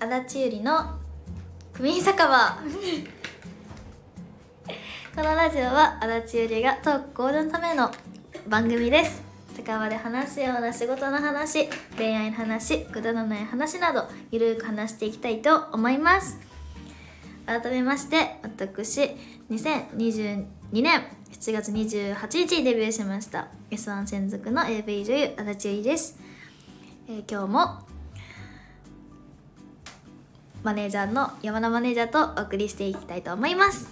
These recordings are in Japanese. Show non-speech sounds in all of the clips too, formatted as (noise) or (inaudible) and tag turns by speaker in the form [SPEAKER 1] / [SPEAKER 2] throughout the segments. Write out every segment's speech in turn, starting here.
[SPEAKER 1] 足立ゆりの区民酒場このラジオは足立ゆりがトーク向上のための番組です酒場で話すような仕事の話恋愛の話くだらない話などゆるく話していきたいと思います改めまして私2022年7月28日にデビューしました S1 専属の AV 女優足立ゆりです、えー今日もマネージャーの山田マネージャーとお送りしていきたいと思います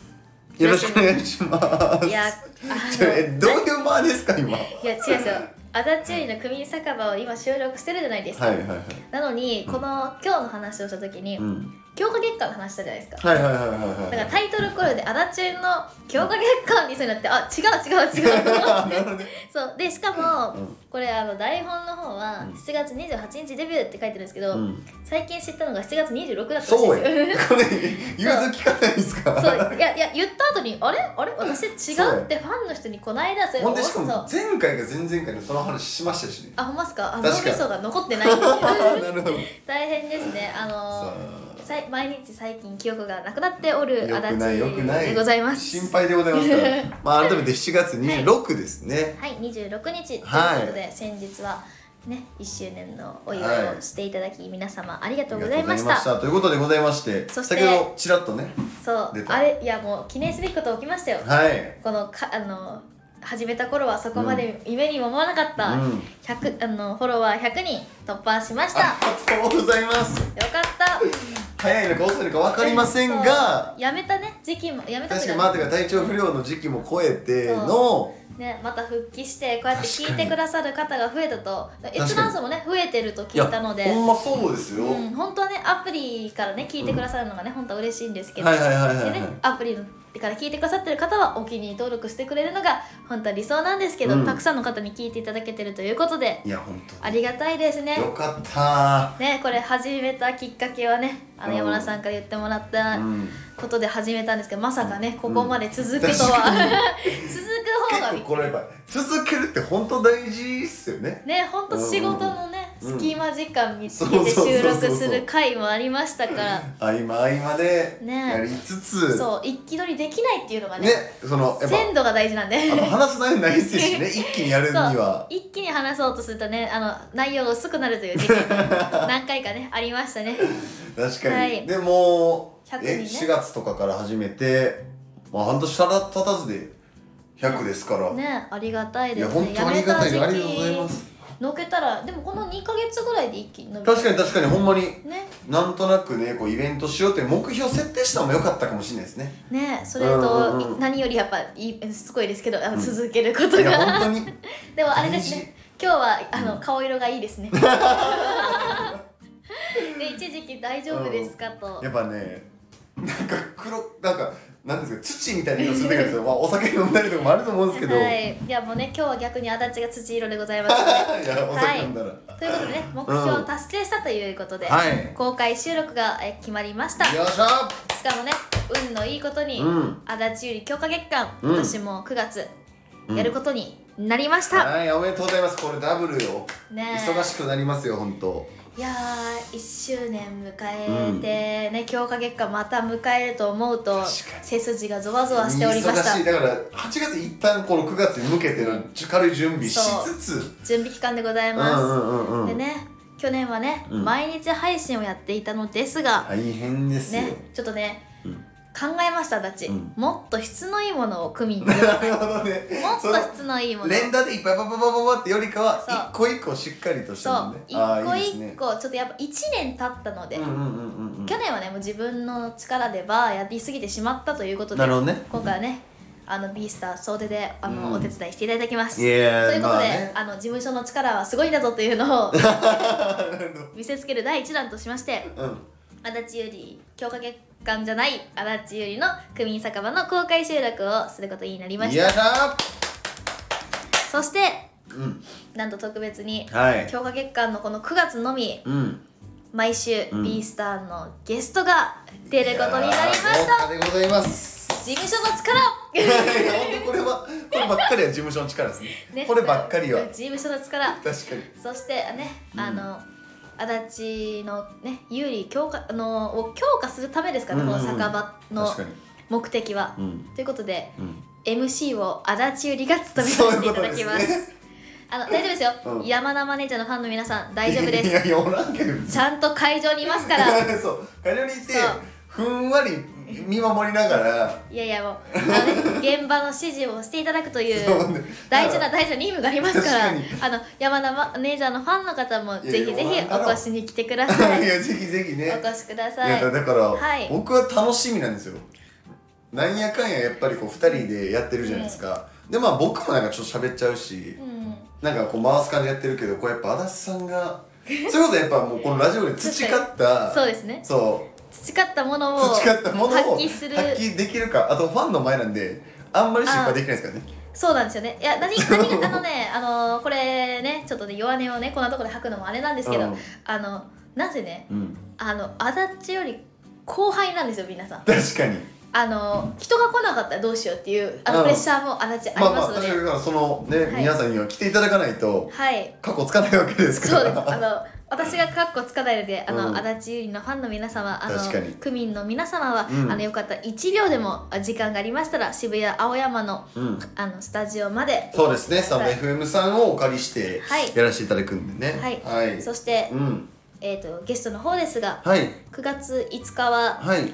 [SPEAKER 2] よろしくお願いします。
[SPEAKER 1] いやあ
[SPEAKER 2] (laughs) ちょ
[SPEAKER 1] の
[SPEAKER 2] えどういう間ですか今。はい
[SPEAKER 1] や違うんですよ足立ゆりの区民酒場を今収録してるじゃないで
[SPEAKER 2] い
[SPEAKER 1] すか、
[SPEAKER 2] はいはい。
[SPEAKER 1] なのにこの今日の話をした時に、
[SPEAKER 2] うん。
[SPEAKER 1] 強化月間の話したじゃないですか
[SPEAKER 2] はいはいは
[SPEAKER 1] だ
[SPEAKER 2] いは
[SPEAKER 1] か
[SPEAKER 2] い
[SPEAKER 1] ら
[SPEAKER 2] はい。
[SPEAKER 1] タイトルコールで足立ゆりの強化月間にするなってあ違う違う違うと思
[SPEAKER 2] (laughs)
[SPEAKER 1] って
[SPEAKER 2] なるほどね。
[SPEAKER 1] そうでしかも、
[SPEAKER 2] うん
[SPEAKER 1] これあの台本の方は
[SPEAKER 2] うん
[SPEAKER 1] 7月28日デビューって書いてるんですけど、
[SPEAKER 2] (laughs) うん。
[SPEAKER 1] 最近知ったのが7月26だったらしいです
[SPEAKER 2] そう
[SPEAKER 1] よ
[SPEAKER 2] や。これ融通聞かないですか。
[SPEAKER 1] (laughs) そういやいや言った後にあれあれ私違
[SPEAKER 2] そう
[SPEAKER 1] うってファンの人にこないだそれ
[SPEAKER 2] ほんでしかも
[SPEAKER 1] そう
[SPEAKER 2] 前回か前々回のその話しましたし
[SPEAKER 1] (laughs)
[SPEAKER 2] ね。
[SPEAKER 1] あほんますかあ脳み
[SPEAKER 2] 確かに
[SPEAKER 1] そが残ってない
[SPEAKER 2] (laughs) なるほど。
[SPEAKER 1] 大変ですねあの
[SPEAKER 2] さあ
[SPEAKER 1] さい毎日最近記憶がなくなっておる
[SPEAKER 2] よ
[SPEAKER 1] 足
[SPEAKER 2] くないよく
[SPEAKER 1] 立
[SPEAKER 2] ない
[SPEAKER 1] でございます
[SPEAKER 2] 心配でございますから
[SPEAKER 1] (laughs)
[SPEAKER 2] まあ改めて7月26ですね
[SPEAKER 1] はい26日というこ
[SPEAKER 2] はい
[SPEAKER 1] とで、先日はね1周年のお祝いをしていただき、皆様ありがとうございました
[SPEAKER 2] ありがとうございましたということでございまして
[SPEAKER 1] そして
[SPEAKER 2] 先ほどちらっとね
[SPEAKER 1] そう
[SPEAKER 2] 出た
[SPEAKER 1] あれいやもう記念すべきこと起きましたよ、
[SPEAKER 2] はい
[SPEAKER 1] このかあの始めた頃はそこまで夢にも思わなかった、
[SPEAKER 2] うん
[SPEAKER 1] 100あのフォロワー100人突破しましたよ
[SPEAKER 2] ありがとうございます
[SPEAKER 1] かった
[SPEAKER 2] 早いのか遅いのか分かりませんが
[SPEAKER 1] そうやめたね時期もやめた時
[SPEAKER 2] 確か
[SPEAKER 1] 期
[SPEAKER 2] にマーテが体調不良の時期も超えての
[SPEAKER 1] ね、また復帰してこうやって聞い
[SPEAKER 2] 確か
[SPEAKER 1] て
[SPEAKER 2] に
[SPEAKER 1] くださる方が増えたと
[SPEAKER 2] に
[SPEAKER 1] 閲覧数もね増えてると聞いたので
[SPEAKER 2] ほんまそうですよ、
[SPEAKER 1] うん、本当はねアプリからね聞いてくださるのがね、本当は嬉しいんですけど、
[SPEAKER 2] はいはいはいはいはい
[SPEAKER 1] でね、アプリから聞いてくださってる方はお気に入り登録してくれるのが本当は理想なんですけど、
[SPEAKER 2] うん
[SPEAKER 1] たくさんの方に聞いていただけてるということで
[SPEAKER 2] いや本当
[SPEAKER 1] ありがたいですね
[SPEAKER 2] よかった
[SPEAKER 1] ねこれ始めたきっかけはねあの
[SPEAKER 2] うん
[SPEAKER 1] 山田さんから言ってもらった
[SPEAKER 2] うん
[SPEAKER 1] ことで始めたんですけどまさかねこ
[SPEAKER 2] うん
[SPEAKER 1] こまで続くとは、
[SPEAKER 2] 確
[SPEAKER 1] (laughs) 続く方
[SPEAKER 2] 結
[SPEAKER 1] が
[SPEAKER 2] 構これやっぱ続けるって本当大事っすよね
[SPEAKER 1] ね本当仕事のね、
[SPEAKER 2] うん
[SPEAKER 1] 隙間時間見つけ
[SPEAKER 2] そう
[SPEAKER 1] て
[SPEAKER 2] そうそう
[SPEAKER 1] 収
[SPEAKER 2] そう
[SPEAKER 1] 録する回もありましたから
[SPEAKER 2] 合間合間で
[SPEAKER 1] ね
[SPEAKER 2] やりつつ、
[SPEAKER 1] そう一気取りできないっていうのがね
[SPEAKER 2] ねそのやっぱ
[SPEAKER 1] 鮮度が大事なんで
[SPEAKER 2] あの話す内容ないっすしね一気にやるには
[SPEAKER 1] (laughs) 一気に話そうとするとねあの内容が薄くなるという事件
[SPEAKER 2] (laughs)
[SPEAKER 1] が何回かねありましたね
[SPEAKER 2] 確かに、
[SPEAKER 1] はい
[SPEAKER 2] でもう、
[SPEAKER 1] 100
[SPEAKER 2] え
[SPEAKER 1] にね
[SPEAKER 2] 4月とかから始めて、まあ、半年たたたずで100ですから、
[SPEAKER 1] ねありがたい
[SPEAKER 2] い
[SPEAKER 1] で
[SPEAKER 2] や
[SPEAKER 1] す
[SPEAKER 2] 本
[SPEAKER 1] ね
[SPEAKER 2] 当ありがたい
[SPEAKER 1] や
[SPEAKER 2] あ
[SPEAKER 1] め
[SPEAKER 2] り
[SPEAKER 1] た
[SPEAKER 2] がとうございま
[SPEAKER 1] 時期
[SPEAKER 2] す
[SPEAKER 1] のけたらでもこの2か月ぐらいで一気に伸び
[SPEAKER 2] 確かに確かにほんまに
[SPEAKER 1] にね
[SPEAKER 2] なんとなくねこうイベントしようって目標設定したのも良かったかもしれないですね
[SPEAKER 1] ねそれ
[SPEAKER 2] うんうん
[SPEAKER 1] と
[SPEAKER 2] うん
[SPEAKER 1] 何よりやっぱいいしつこいですけどあの
[SPEAKER 2] うん
[SPEAKER 1] 続けるこ
[SPEAKER 2] い
[SPEAKER 1] と
[SPEAKER 2] や
[SPEAKER 1] が
[SPEAKER 2] 本当に
[SPEAKER 1] でもあれですね今日はあの顔色がいい
[SPEAKER 2] (laughs)
[SPEAKER 1] ですねで一時期大丈夫ですかと
[SPEAKER 2] やっぱねなんか黒なんかなんですか土みたいな色するんだけど、まあ、お酒飲んだりとかもあると思うんですけど、、
[SPEAKER 1] はいい、いやもうね今日は逆に足立が土色でございますので
[SPEAKER 2] やお酒飲んだら、 (laughs)
[SPEAKER 1] ということでね目標を達成したということで、
[SPEAKER 2] はい
[SPEAKER 1] 公開収録がえ決まりましたし
[SPEAKER 2] よっしゃ
[SPEAKER 1] かもね運のいいことに、
[SPEAKER 2] うん
[SPEAKER 1] 足立ゆり強化月間
[SPEAKER 2] うん
[SPEAKER 1] 今年も9月
[SPEAKER 2] うん
[SPEAKER 1] やることになりました、
[SPEAKER 2] はいおめでとうございますこれダブルよ、
[SPEAKER 1] ねえ
[SPEAKER 2] 忙しくなりますよ本当
[SPEAKER 1] いやー1周年迎えてね、強化月間また迎えると思うと
[SPEAKER 2] 確かに
[SPEAKER 1] 背筋がゾワゾワしておりまし
[SPEAKER 2] 忙しい
[SPEAKER 1] た
[SPEAKER 2] だから8月一旦この9月に向けての軽い準備しつつ
[SPEAKER 1] 準備期間でござい
[SPEAKER 2] うん
[SPEAKER 1] ます、
[SPEAKER 2] うんうんう
[SPEAKER 1] で
[SPEAKER 2] ん
[SPEAKER 1] ね去年はね、
[SPEAKER 2] うん
[SPEAKER 1] 毎日配信をやっていたのですが、
[SPEAKER 2] 大変ですよ、
[SPEAKER 1] ねちょっとね
[SPEAKER 2] うん
[SPEAKER 1] 考えましただち、
[SPEAKER 2] うん
[SPEAKER 1] もっと質のいいものを組みにもっ
[SPEAKER 2] なるほどね (laughs) そ
[SPEAKER 1] と
[SPEAKER 2] の
[SPEAKER 1] 質のいいもの
[SPEAKER 2] 連打でいっぱいパパパパパってよりかは
[SPEAKER 1] そう
[SPEAKER 2] 一個一個しっかりとし
[SPEAKER 1] そ
[SPEAKER 2] たもん
[SPEAKER 1] う
[SPEAKER 2] ね
[SPEAKER 1] 一
[SPEAKER 2] あ
[SPEAKER 1] 個
[SPEAKER 2] ーいいです
[SPEAKER 1] 一
[SPEAKER 2] ね
[SPEAKER 1] 個ちょっとやっぱ1年経ったので、
[SPEAKER 2] うんうんうんうんうん
[SPEAKER 1] 去年はねもう自分の力でバーやりすぎてしまったということで
[SPEAKER 2] なるほどね
[SPEAKER 1] 今回はねあのビースター総出であの、
[SPEAKER 2] うん
[SPEAKER 1] お手伝いしていただきます
[SPEAKER 2] いやー
[SPEAKER 1] ということで、
[SPEAKER 2] まあ
[SPEAKER 1] あ
[SPEAKER 2] ね
[SPEAKER 1] の事務所の力はすごいんだぞというの
[SPEAKER 2] (laughs)
[SPEAKER 1] を
[SPEAKER 2] う
[SPEAKER 1] 見せつける第一弾としまして
[SPEAKER 2] ん
[SPEAKER 1] 足立ゆり強化月間じゃない足立ゆりの区民酒場の公開収録をすることになりまし
[SPEAKER 2] よ
[SPEAKER 1] た
[SPEAKER 2] っしゃ
[SPEAKER 1] そして
[SPEAKER 2] ーうん
[SPEAKER 1] なんと特別に
[SPEAKER 2] はい
[SPEAKER 1] 強化月間のこの9月のみ
[SPEAKER 2] うん
[SPEAKER 1] 毎週
[SPEAKER 2] うん
[SPEAKER 1] B スターのゲストが出ることになりまし
[SPEAKER 2] いや
[SPEAKER 1] た
[SPEAKER 2] ー豪華でござ
[SPEAKER 1] (laughs)
[SPEAKER 2] います
[SPEAKER 1] 事務所の力
[SPEAKER 2] いや (laughs) 本当これはこればっかりは事務所の力ですねこればっかりは
[SPEAKER 1] 事務所の力
[SPEAKER 2] 確かに
[SPEAKER 1] そしてね、
[SPEAKER 2] うん
[SPEAKER 1] あの足立のね有利強化あのを強化するためですから、
[SPEAKER 2] うんうんうん
[SPEAKER 1] この酒場の
[SPEAKER 2] 確かに
[SPEAKER 1] 目的は。
[SPEAKER 2] うん
[SPEAKER 1] ということで
[SPEAKER 2] うん
[SPEAKER 1] MC を足立ゆりが務めさせていただきます。
[SPEAKER 2] そういうことです
[SPEAKER 1] あの大丈夫ですよ、
[SPEAKER 2] うん
[SPEAKER 1] 山田マネージャーのファンの皆さん大丈夫で
[SPEAKER 2] い
[SPEAKER 1] す。
[SPEAKER 2] やいやおらんけど
[SPEAKER 1] ちゃんと会場にいます
[SPEAKER 2] (laughs)
[SPEAKER 1] から。
[SPEAKER 2] そうカロリーって
[SPEAKER 1] そう
[SPEAKER 2] ふんわり見守りながら
[SPEAKER 1] いやいやもうあの、ね、現場の指示をしていただくという
[SPEAKER 2] そうね
[SPEAKER 1] 大事な大事な任務がありますから
[SPEAKER 2] 確
[SPEAKER 1] あの山田マネージャーのファンの方も
[SPEAKER 2] いや
[SPEAKER 1] ぜひぜひ
[SPEAKER 2] いや
[SPEAKER 1] お越しに来てくだ
[SPEAKER 2] だか
[SPEAKER 1] さ
[SPEAKER 2] ら
[SPEAKER 1] い
[SPEAKER 2] (laughs) いやぜひぜひね
[SPEAKER 1] お越しくだ
[SPEAKER 2] い
[SPEAKER 1] さい
[SPEAKER 2] やだだから、
[SPEAKER 1] はい
[SPEAKER 2] 僕は楽しみなんですよなんやかんややっぱりこう2人でやってるじゃないですか、でまあ僕もなんかちょっと喋っちゃうし
[SPEAKER 1] うん
[SPEAKER 2] なんかこう回す感じでやってるけどこうやっぱ足立さんがそれこそやっぱもうこのラジオで培った
[SPEAKER 1] (laughs) そうですね
[SPEAKER 2] そ
[SPEAKER 1] 培ったもの
[SPEAKER 2] う
[SPEAKER 1] を
[SPEAKER 2] 培ったものを
[SPEAKER 1] 発
[SPEAKER 2] 発
[SPEAKER 1] 揮する
[SPEAKER 2] 揮できるかあとファンの前なんであんまり失敗できないですからね
[SPEAKER 1] そうなんですよねいや何何あのねあのこれねちょっとね弱音をねこんなところで吐くのもあれなんですけど、
[SPEAKER 2] うん
[SPEAKER 1] あのなぜね
[SPEAKER 2] うん
[SPEAKER 1] あの足立より後輩なんですよ皆さん
[SPEAKER 2] 確かに
[SPEAKER 1] あの人が来なかったらどうしようっていうあ
[SPEAKER 2] う
[SPEAKER 1] の
[SPEAKER 2] ん
[SPEAKER 1] プレッシャーも足立あり
[SPEAKER 2] まあま
[SPEAKER 1] ま
[SPEAKER 2] あ
[SPEAKER 1] すの
[SPEAKER 2] 確
[SPEAKER 1] で、
[SPEAKER 2] かにだからそのね、
[SPEAKER 1] はい
[SPEAKER 2] 皆さんには来ていただかないと
[SPEAKER 1] はい
[SPEAKER 2] 過去つかないわけですか
[SPEAKER 1] そ
[SPEAKER 2] ら
[SPEAKER 1] うですあの私がカッコつかないのであの、
[SPEAKER 2] うん
[SPEAKER 1] 足立ゆりのファンの皆様あの
[SPEAKER 2] 確かに
[SPEAKER 1] 区民の皆様は、
[SPEAKER 2] うん
[SPEAKER 1] あのよかったら1秒でもあ時間がありましたら渋谷青山の
[SPEAKER 2] うん
[SPEAKER 1] あのスタジオまで
[SPEAKER 2] そうですね、スタンド
[SPEAKER 1] はい
[SPEAKER 2] FM さんをお借りして
[SPEAKER 1] はい
[SPEAKER 2] やらせていただくんでね。
[SPEAKER 1] はい
[SPEAKER 2] はい。
[SPEAKER 1] そして、
[SPEAKER 2] うん。
[SPEAKER 1] えー、とゲストの方ですが
[SPEAKER 2] はい。
[SPEAKER 1] 9月5日は、
[SPEAKER 2] はい。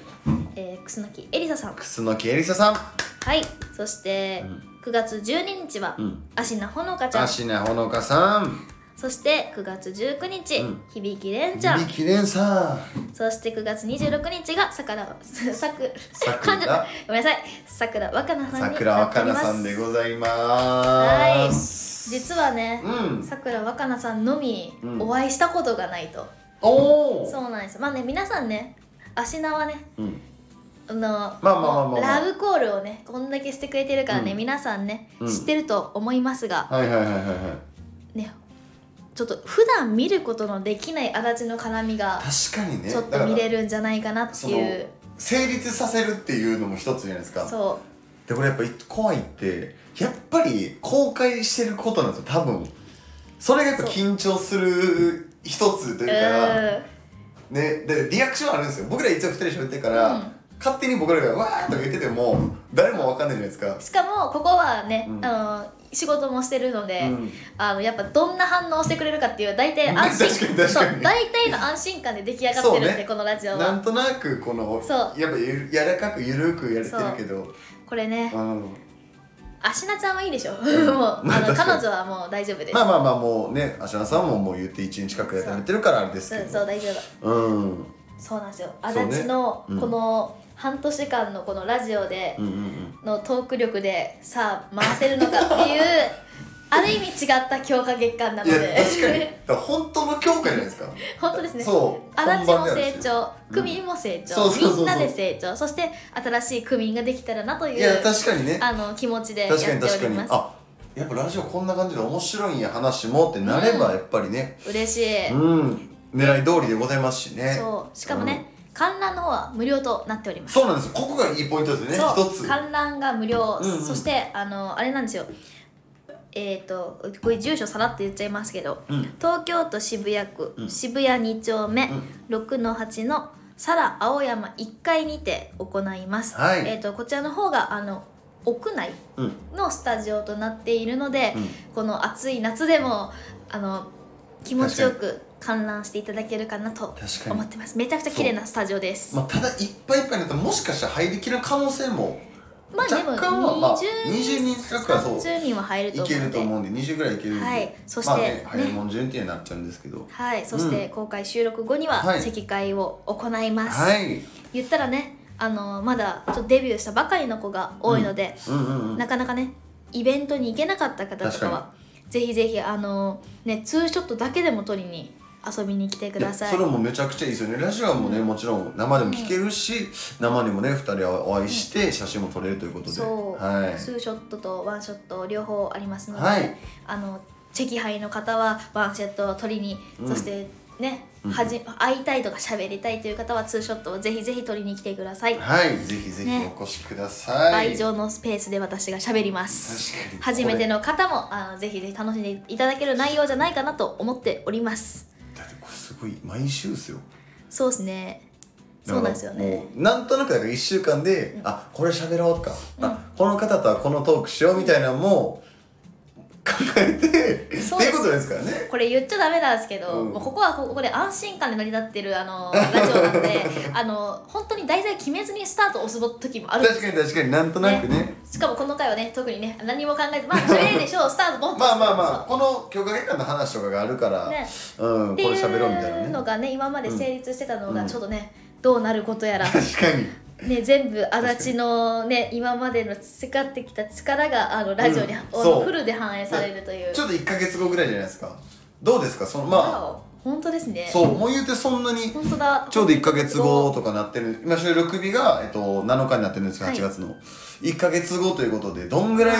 [SPEAKER 1] えー、楠木エリサさん
[SPEAKER 2] 楠木エリサさん。
[SPEAKER 1] はいそして、9月12日は、
[SPEAKER 2] うん。
[SPEAKER 1] 芦名ほのかちゃん
[SPEAKER 2] 芦名ほのかさん。
[SPEAKER 1] そして9月19日、
[SPEAKER 2] うん
[SPEAKER 1] 響きれんちゃ
[SPEAKER 2] 指
[SPEAKER 1] ん
[SPEAKER 2] きれんさん。
[SPEAKER 1] そして9月26日が桜をさく
[SPEAKER 2] 桜
[SPEAKER 1] 噛んじゃったごめんなさい桜若菜さんに
[SPEAKER 2] 桜若菜さんでございます。
[SPEAKER 1] 実はね
[SPEAKER 2] うん。
[SPEAKER 1] 桜若菜さんのみ
[SPEAKER 2] うん
[SPEAKER 1] お会いしたことがないと、
[SPEAKER 2] おお。
[SPEAKER 1] そうなんですまあね皆さんね芦名はね
[SPEAKER 2] うん。
[SPEAKER 1] あの、ま
[SPEAKER 2] まあまあまあまあまあ
[SPEAKER 1] ラブコールをねこんだけしてくれてるからね、
[SPEAKER 2] うん
[SPEAKER 1] 皆さんね
[SPEAKER 2] うん
[SPEAKER 1] 知ってると思いますが、
[SPEAKER 2] はいはいはいはいはい。
[SPEAKER 1] ねちょっと普段見ることのできない足立の絡みが
[SPEAKER 2] 確かにね。
[SPEAKER 1] ちょっ
[SPEAKER 2] だ
[SPEAKER 1] と
[SPEAKER 2] から
[SPEAKER 1] 見れるんじゃないかなっていう
[SPEAKER 2] 成立させるっていうのも一つじゃないですか。
[SPEAKER 1] そ
[SPEAKER 2] でこれやっぱ怖いってやっぱり公開してることなんですよ多分それがやっぱ
[SPEAKER 1] そう
[SPEAKER 2] 緊張する一つと
[SPEAKER 1] う
[SPEAKER 2] いううか
[SPEAKER 1] ん
[SPEAKER 2] ねでリアクションあるんですよ僕ら一応二人喋ってるから、
[SPEAKER 1] うん
[SPEAKER 2] 勝手に僕らがわーっとか言ってても誰もわかんないじゃないですか、
[SPEAKER 1] しかもここはね、
[SPEAKER 2] うん
[SPEAKER 1] あの仕事もしてるので、
[SPEAKER 2] うん
[SPEAKER 1] あのやっぱどんな反応してくれるかっていう大体安
[SPEAKER 2] 確か
[SPEAKER 1] 心
[SPEAKER 2] に確かに
[SPEAKER 1] そう大体の安心感で出来上がってるんで、
[SPEAKER 2] そうね
[SPEAKER 1] このラジオ
[SPEAKER 2] なん
[SPEAKER 1] は
[SPEAKER 2] となくこの
[SPEAKER 1] そ
[SPEAKER 2] やっぱゆる柔らかくゆるくやれてるけど
[SPEAKER 1] これ
[SPEAKER 2] う
[SPEAKER 1] ね、
[SPEAKER 2] ん、
[SPEAKER 1] あしなちゃんはいいでしょもう
[SPEAKER 2] うん
[SPEAKER 1] あ
[SPEAKER 2] まあ
[SPEAKER 1] の
[SPEAKER 2] 確かに
[SPEAKER 1] 彼女はもう大丈夫です、
[SPEAKER 2] まあまあまあもうね芦名さんももう言って1日近くやられてるからあれですけ
[SPEAKER 1] うん
[SPEAKER 2] ど
[SPEAKER 1] そう大丈夫
[SPEAKER 2] うんうん
[SPEAKER 1] そうなんですよ
[SPEAKER 2] そう
[SPEAKER 1] 足
[SPEAKER 2] ね
[SPEAKER 1] 立の
[SPEAKER 2] うん
[SPEAKER 1] この半年間のこのラジオで
[SPEAKER 2] うんうん
[SPEAKER 1] のトーク力でさあ回せるのかっていう
[SPEAKER 2] (laughs)
[SPEAKER 1] ある意味違った強化月間なの
[SPEAKER 2] いや
[SPEAKER 1] で
[SPEAKER 2] 確かにだから本当の強化じゃないですか
[SPEAKER 1] (laughs) 本当ですね
[SPEAKER 2] そう
[SPEAKER 1] 足立も成
[SPEAKER 2] 本番である
[SPEAKER 1] 長
[SPEAKER 2] うん
[SPEAKER 1] 区民も成長、
[SPEAKER 2] そうそうそうそう
[SPEAKER 1] みんなで成長そして新しい区民ができたらなとい
[SPEAKER 2] し
[SPEAKER 1] う
[SPEAKER 2] いや確かにね
[SPEAKER 1] あの気持ちでやっ
[SPEAKER 2] 確か
[SPEAKER 1] て
[SPEAKER 2] に確
[SPEAKER 1] お
[SPEAKER 2] か
[SPEAKER 1] り
[SPEAKER 2] に
[SPEAKER 1] ます
[SPEAKER 2] あやっぱラジオこんな感じで面白いんや話もってなれ
[SPEAKER 1] う
[SPEAKER 2] ば
[SPEAKER 1] ん
[SPEAKER 2] やっぱりね
[SPEAKER 1] 嬉しい、
[SPEAKER 2] うん、狙い通りでございますしね
[SPEAKER 1] そうしかもね、観覧の方は無料となっております
[SPEAKER 2] そうなんですよここがいいポイントですね
[SPEAKER 1] そう
[SPEAKER 2] 一つ
[SPEAKER 1] 観覧が無料、
[SPEAKER 2] うんうん
[SPEAKER 1] そしてあのあれなんですよえっ、とこれ住所さらって言っちゃいますけど
[SPEAKER 2] うん
[SPEAKER 1] 東京都渋谷区、
[SPEAKER 2] うん
[SPEAKER 1] 渋谷2丁目、
[SPEAKER 2] うん
[SPEAKER 1] 6の8のサラ青山1階にて行います、
[SPEAKER 2] はい
[SPEAKER 1] えっ、とこちらの方があの屋内
[SPEAKER 2] うんうん
[SPEAKER 1] のスタジオとなっているので、この暑い夏でもあの気持ちよく観覧していただけるかなと
[SPEAKER 2] 確か
[SPEAKER 1] 思っ
[SPEAKER 2] に
[SPEAKER 1] てますめちゃくちゃ綺麗なスタジオです
[SPEAKER 2] まあ、ただいっぱいいっぱいになったらもしかしたら入りきる可能性も
[SPEAKER 1] まあでも
[SPEAKER 2] 若干はまあ
[SPEAKER 1] 20
[SPEAKER 2] 20人近くはそう
[SPEAKER 1] 30人は入ると
[SPEAKER 2] い
[SPEAKER 1] 思
[SPEAKER 2] け
[SPEAKER 1] うの
[SPEAKER 2] ると
[SPEAKER 1] で
[SPEAKER 2] 思うんで20ぐらいいけるんで、
[SPEAKER 1] はいそして
[SPEAKER 2] まあね早い
[SPEAKER 1] ね
[SPEAKER 2] もん順っていうのになっちゃうんですけど
[SPEAKER 1] はいそして公開収録後には
[SPEAKER 2] はい
[SPEAKER 1] 席会を行います、
[SPEAKER 2] はい
[SPEAKER 1] 言ったらねあのまだちょっとデビューしたばかりの子が多いので、
[SPEAKER 2] うんうんうん
[SPEAKER 1] なかなかねイベントに行けなかった方とかはぜひぜひあのねツーショットだけでも撮りに遊びに来てください
[SPEAKER 2] やそれもめちゃくちゃいいですよねラジオはもうね、もちろん生でも聞けるし、生でもね2人はお会いして写真も撮れるということで、
[SPEAKER 1] そう、
[SPEAKER 2] はい
[SPEAKER 1] ツーショットとワンショット両方ありますので、
[SPEAKER 2] はい
[SPEAKER 1] あのチェキ杯の方はワンショットを取りに、
[SPEAKER 2] うん
[SPEAKER 1] そしてね、
[SPEAKER 2] うん
[SPEAKER 1] はじ会いたいとか喋りたいという方はツーショットをぜひぜひ取りに来てください、
[SPEAKER 2] はいぜひぜひ
[SPEAKER 1] ね
[SPEAKER 2] お越しください、
[SPEAKER 1] 会場のスペースで私が喋ります
[SPEAKER 2] 確かに
[SPEAKER 1] 初めて
[SPEAKER 2] こ
[SPEAKER 1] の方もあのぜひぜひ楽しんでいただける内容じゃないかなと思っております
[SPEAKER 2] れだってこれすごい毎週ですよ
[SPEAKER 1] そうですねそ
[SPEAKER 2] だか
[SPEAKER 1] うなん
[SPEAKER 2] ら
[SPEAKER 1] ですよね
[SPEAKER 2] もうなんとなくだから1週間で、
[SPEAKER 1] うん
[SPEAKER 2] あこれ喋ろうとか、
[SPEAKER 1] うん
[SPEAKER 2] あこの方とはこのトークしようみたいなのも考えて、っていう
[SPEAKER 1] す
[SPEAKER 2] ことですからね
[SPEAKER 1] これ言っちゃダメなんですけど、
[SPEAKER 2] うん
[SPEAKER 1] もうここはここで安心感で成り立ってるあのラジオなん
[SPEAKER 2] (laughs)
[SPEAKER 1] であの本当に題材決めずにスタートを押す時もあるんです
[SPEAKER 2] 確かに確かになんとなくね
[SPEAKER 1] しかもこの回はね特にね何も考えずまあ喋れるでしょ
[SPEAKER 2] (laughs)
[SPEAKER 1] うスタートボンと
[SPEAKER 2] まあまあまあこの許可期間の話とかがあるから、
[SPEAKER 1] ね
[SPEAKER 2] うん
[SPEAKER 1] っ
[SPEAKER 2] こ
[SPEAKER 1] て
[SPEAKER 2] れ
[SPEAKER 1] い
[SPEAKER 2] 喋ろうみたいうな
[SPEAKER 1] の
[SPEAKER 2] ね
[SPEAKER 1] がね今まで成立してたの
[SPEAKER 2] う
[SPEAKER 1] が
[SPEAKER 2] ん
[SPEAKER 1] ちょっとね、どうなることや
[SPEAKER 2] (laughs)
[SPEAKER 1] ら
[SPEAKER 2] 確かに
[SPEAKER 1] ね、全部足立のね今までの培ってきた力があのラジオに、
[SPEAKER 2] うん
[SPEAKER 1] あの
[SPEAKER 2] そう
[SPEAKER 1] フルで反映されるという
[SPEAKER 2] ちょっと1か月後ぐらいじゃないですかどうですかそのまあ
[SPEAKER 1] わお本当ですね
[SPEAKER 2] そうもう言うてそんなに
[SPEAKER 1] 本当だ
[SPEAKER 2] ちょうど1か月後とかなってる今収録日が、えっと、7日になってるんですが
[SPEAKER 1] はい
[SPEAKER 2] 8月の、一1か月後ということでどんぐらい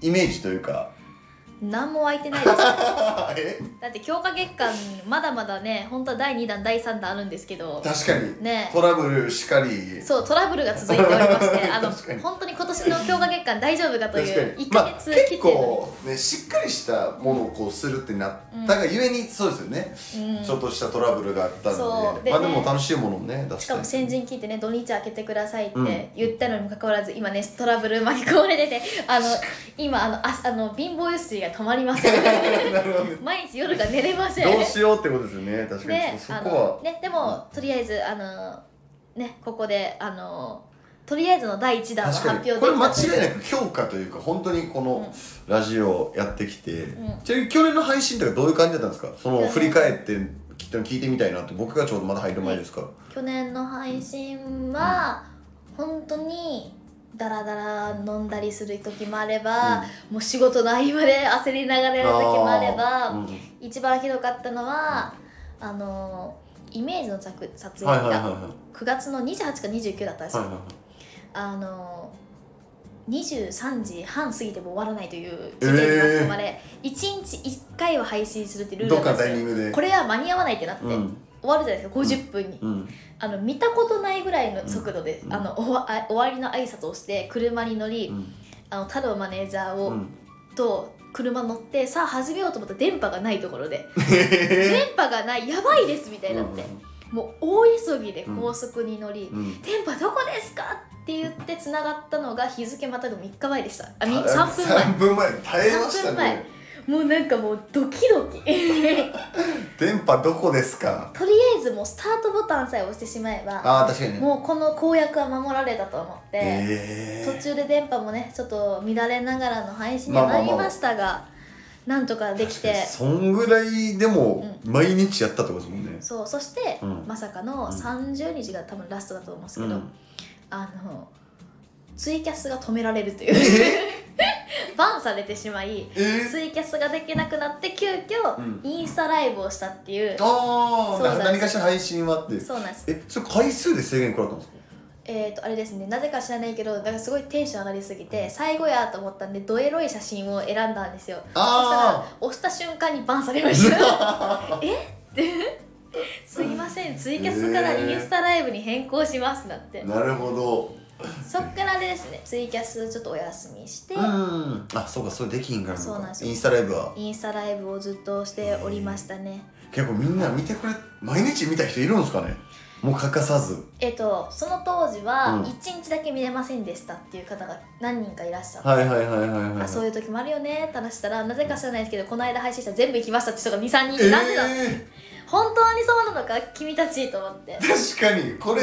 [SPEAKER 2] イメージというか (laughs)
[SPEAKER 1] 何も湧いてないですだ
[SPEAKER 2] え
[SPEAKER 1] って強化月間まだまだね本当は第2弾第3弾あるんですけど
[SPEAKER 2] 確かに、
[SPEAKER 1] ね
[SPEAKER 2] トラブルしかり
[SPEAKER 1] そうトラブルが続いておりましてあの
[SPEAKER 2] 確かに
[SPEAKER 1] 本当に今年の強化月間大丈夫かとい
[SPEAKER 2] 確
[SPEAKER 1] う
[SPEAKER 2] かに
[SPEAKER 1] 1
[SPEAKER 2] ま
[SPEAKER 1] ヶ
[SPEAKER 2] あ
[SPEAKER 1] 月切
[SPEAKER 2] 結
[SPEAKER 1] ってるの
[SPEAKER 2] 構ねしっかりしたものをこうするってなったがゆえに、そうですよね、
[SPEAKER 1] に、うん
[SPEAKER 2] ちょっとしたトラブルがあったの
[SPEAKER 1] そうでね
[SPEAKER 2] でまあでも楽しいものをね出し
[SPEAKER 1] してかも先陣聞いてね土日開けてくださいっ
[SPEAKER 2] うん
[SPEAKER 1] て言ったのにもかかわらず、今ねトラブル巻き込まれててあの今あのああの貧乏ゆすりが止まりま
[SPEAKER 2] (laughs)
[SPEAKER 1] せん
[SPEAKER 2] なるほどね
[SPEAKER 1] 毎日夜が寝れません
[SPEAKER 2] (laughs) どうしようってことですよね確か
[SPEAKER 1] で
[SPEAKER 2] にそ
[SPEAKER 1] あ
[SPEAKER 2] そこ
[SPEAKER 1] の
[SPEAKER 2] は
[SPEAKER 1] ねでもとりあえずあのねここであのとりあえずの第1弾は
[SPEAKER 2] 確
[SPEAKER 1] 発表でき
[SPEAKER 2] かにこれ間
[SPEAKER 1] たと
[SPEAKER 2] 違いなく評価というか本当にこのラジオやってきて、
[SPEAKER 1] うん
[SPEAKER 2] ちなみに去年の配信とかどういう感じだったんですかそ
[SPEAKER 1] 去
[SPEAKER 2] の
[SPEAKER 1] 年
[SPEAKER 2] 振り返ってきっと聞いてみたいなって僕がちょうどまだ入る前ですから、
[SPEAKER 1] 去年の配信は本当にダラダラ飲んだりする時もあれば、もう仕事の合間で焦りながらやる時もあれば
[SPEAKER 2] あーうん
[SPEAKER 1] 一番ひどかったのはあのイメージの作撮
[SPEAKER 2] はい
[SPEAKER 1] 影
[SPEAKER 2] はいはいはい
[SPEAKER 1] が9月の28か29だったんですよ、
[SPEAKER 2] はいはいはい
[SPEAKER 1] あの23時半過ぎても終わらないという事件が生まれ、1日1回は配信するってルール
[SPEAKER 2] ど
[SPEAKER 1] だ
[SPEAKER 2] っ
[SPEAKER 1] っ
[SPEAKER 2] かの
[SPEAKER 1] たん
[SPEAKER 2] タイ
[SPEAKER 1] で
[SPEAKER 2] ミング
[SPEAKER 1] す
[SPEAKER 2] で
[SPEAKER 1] よこれは間に合わないってなって、
[SPEAKER 2] う
[SPEAKER 1] 終
[SPEAKER 2] ん
[SPEAKER 1] わるじゃないですか50分に、
[SPEAKER 2] うん
[SPEAKER 1] あの見たことないぐらいの速度で、
[SPEAKER 2] うん
[SPEAKER 1] あのおわあ終わりの挨拶をして車に乗り、
[SPEAKER 2] うん
[SPEAKER 1] あの太郎マネージャーを、
[SPEAKER 2] うん
[SPEAKER 1] と車乗ってさあ始めようと思ったら電波がないところで
[SPEAKER 2] え
[SPEAKER 1] 電波がないやばいですみたいになって、もう大急ぎで高速に乗り、
[SPEAKER 2] うんうん
[SPEAKER 1] 電波どこですかって言ってつながったのが日付またぐ3日前でしたあみ3
[SPEAKER 2] 3
[SPEAKER 1] 分前
[SPEAKER 2] 分前耐えました
[SPEAKER 1] 3分前
[SPEAKER 2] ね
[SPEAKER 1] もうなんかもうドキド (laughs) キとりあ
[SPEAKER 2] 電波どこですか
[SPEAKER 1] えずもうスタートボタンさえ押してしまえば
[SPEAKER 2] ああ確かにね
[SPEAKER 1] もうこの公約は守られたと思って、
[SPEAKER 2] え
[SPEAKER 1] 途中で電波もねちょっと乱れながらの配信にはなりましたが、なんとかできて
[SPEAKER 2] そんぐらいでも毎日やったってことですもんね、
[SPEAKER 1] そうそして、
[SPEAKER 2] うん
[SPEAKER 1] まさかの30日が多分ラストだと思うんですけど、
[SPEAKER 2] うん
[SPEAKER 1] あのツイキャスが止められるという (laughs) バンされてしまい
[SPEAKER 2] えー
[SPEAKER 1] ツイキャスができなくなって急遽、
[SPEAKER 2] うん
[SPEAKER 1] インスタライブをしたっていう
[SPEAKER 2] あ
[SPEAKER 1] そうなん
[SPEAKER 2] あ
[SPEAKER 1] です
[SPEAKER 2] 何かしら配信はって
[SPEAKER 1] そうなんです
[SPEAKER 2] えそれ回数で制限食らったんですか
[SPEAKER 1] えっ、とあれですねなぜか知らないけどだからすごいテンション上がりすぎて最後やと思ったんでドエロい写真を選んだんですよそしたら
[SPEAKER 2] あ
[SPEAKER 1] 押した瞬間にバンされました
[SPEAKER 2] (laughs)
[SPEAKER 1] えってすいませんツイキャスからインスタライブに変更しますなって
[SPEAKER 2] あなるほど
[SPEAKER 1] そっからあれですねツイキャスちょっとお休みして、
[SPEAKER 2] うんあそうかそれできひんから
[SPEAKER 1] そうなん
[SPEAKER 2] の
[SPEAKER 1] で
[SPEAKER 2] か
[SPEAKER 1] すよ
[SPEAKER 2] インスタライブは
[SPEAKER 1] インスタライブをずっとしておりましたね
[SPEAKER 2] 結構みんな見てくれ毎日見た人いるんですかねもう欠かさず
[SPEAKER 1] えっとその当時は
[SPEAKER 2] うん
[SPEAKER 1] 1日だけ見れませんでしたっていう方が何人かいらっしゃって、
[SPEAKER 2] はいはいはいはいはい
[SPEAKER 1] あそう
[SPEAKER 2] いう
[SPEAKER 1] いう時もあるよねって話したらなぜか知らないですけどこの間配信したら全部行きましたって人が23人
[SPEAKER 2] え
[SPEAKER 1] いなんでだ、
[SPEAKER 2] え
[SPEAKER 1] 本当にそうなのか君たちと思って
[SPEAKER 2] ー、確かにこれ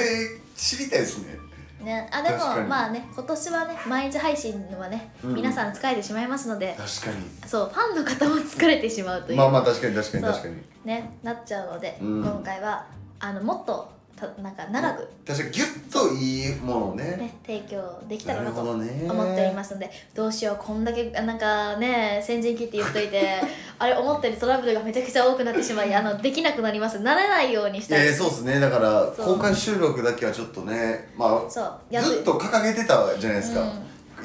[SPEAKER 2] 知りたいですね
[SPEAKER 1] ね、あで
[SPEAKER 2] 確か
[SPEAKER 1] も
[SPEAKER 2] に
[SPEAKER 1] まあね今年はね毎日配信はね、
[SPEAKER 2] うん
[SPEAKER 1] 皆さん疲れてしまいますので
[SPEAKER 2] 確かに
[SPEAKER 1] そうファンの方も疲れてしまうという、
[SPEAKER 2] まあまあ確かに確かに
[SPEAKER 1] そう
[SPEAKER 2] 確かに
[SPEAKER 1] ねなっちゃうので、
[SPEAKER 2] うん
[SPEAKER 1] 今回はあのもっとたなんか長く、
[SPEAKER 2] 確かにギュッといいものをね
[SPEAKER 1] ね、提供できたらなと
[SPEAKER 2] なる
[SPEAKER 1] 思
[SPEAKER 2] ほど
[SPEAKER 1] っ
[SPEAKER 2] ね
[SPEAKER 1] ておりますのでどうしようこんだけあなんかね先陣切って言っとい
[SPEAKER 2] (laughs)
[SPEAKER 1] てあれ思ったよりトラブルがめちゃくちゃ多くなってしまいあのできなくなりますならないようにし
[SPEAKER 2] い
[SPEAKER 1] た
[SPEAKER 2] やい
[SPEAKER 1] い、
[SPEAKER 2] やそうですねだから
[SPEAKER 1] そう
[SPEAKER 2] 公開収録だけはちょっとねまあ
[SPEAKER 1] そうや
[SPEAKER 2] ずっと掲げてたじゃないですか、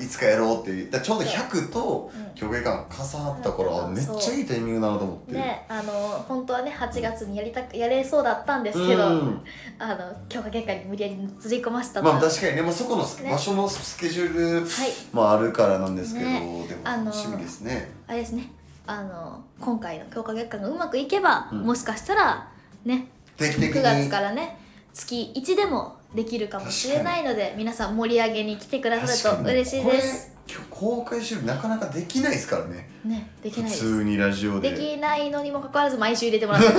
[SPEAKER 2] いつかやろうっていうだからちょうど
[SPEAKER 1] そう
[SPEAKER 2] 100と
[SPEAKER 1] うん
[SPEAKER 2] 曲芸感重なったから、
[SPEAKER 1] うん
[SPEAKER 2] めっちゃいいタイミングだなと思って、
[SPEAKER 1] ねあの本当はね8月にやりたくやれそうだったんですけど、
[SPEAKER 2] うん
[SPEAKER 1] あの強化結果に無理やりずり込ましたと
[SPEAKER 2] まあ確かにね、まあ、そこのス
[SPEAKER 1] ね
[SPEAKER 2] 場所のスケジュール
[SPEAKER 1] はい
[SPEAKER 2] もあるからなんですけど、
[SPEAKER 1] ね
[SPEAKER 2] でも
[SPEAKER 1] あのー
[SPEAKER 2] 楽しみですね、
[SPEAKER 1] あれですねあの今回の強化月間がうまくいけば、
[SPEAKER 2] うん
[SPEAKER 1] もしかしたらね
[SPEAKER 2] 定期的
[SPEAKER 1] 9
[SPEAKER 2] に
[SPEAKER 1] 月からね月1でもできるかもしれないので皆さん盛り上げに来てくださ
[SPEAKER 2] 確
[SPEAKER 1] る
[SPEAKER 2] か
[SPEAKER 1] と
[SPEAKER 2] に
[SPEAKER 1] 嬉しいです
[SPEAKER 2] これ今日公開収録なかなかできないですからね
[SPEAKER 1] ねできないで
[SPEAKER 2] 普
[SPEAKER 1] す
[SPEAKER 2] 通にラジオで
[SPEAKER 1] できないのにもかかわらず毎週入れてもら
[SPEAKER 2] (laughs)
[SPEAKER 1] ってる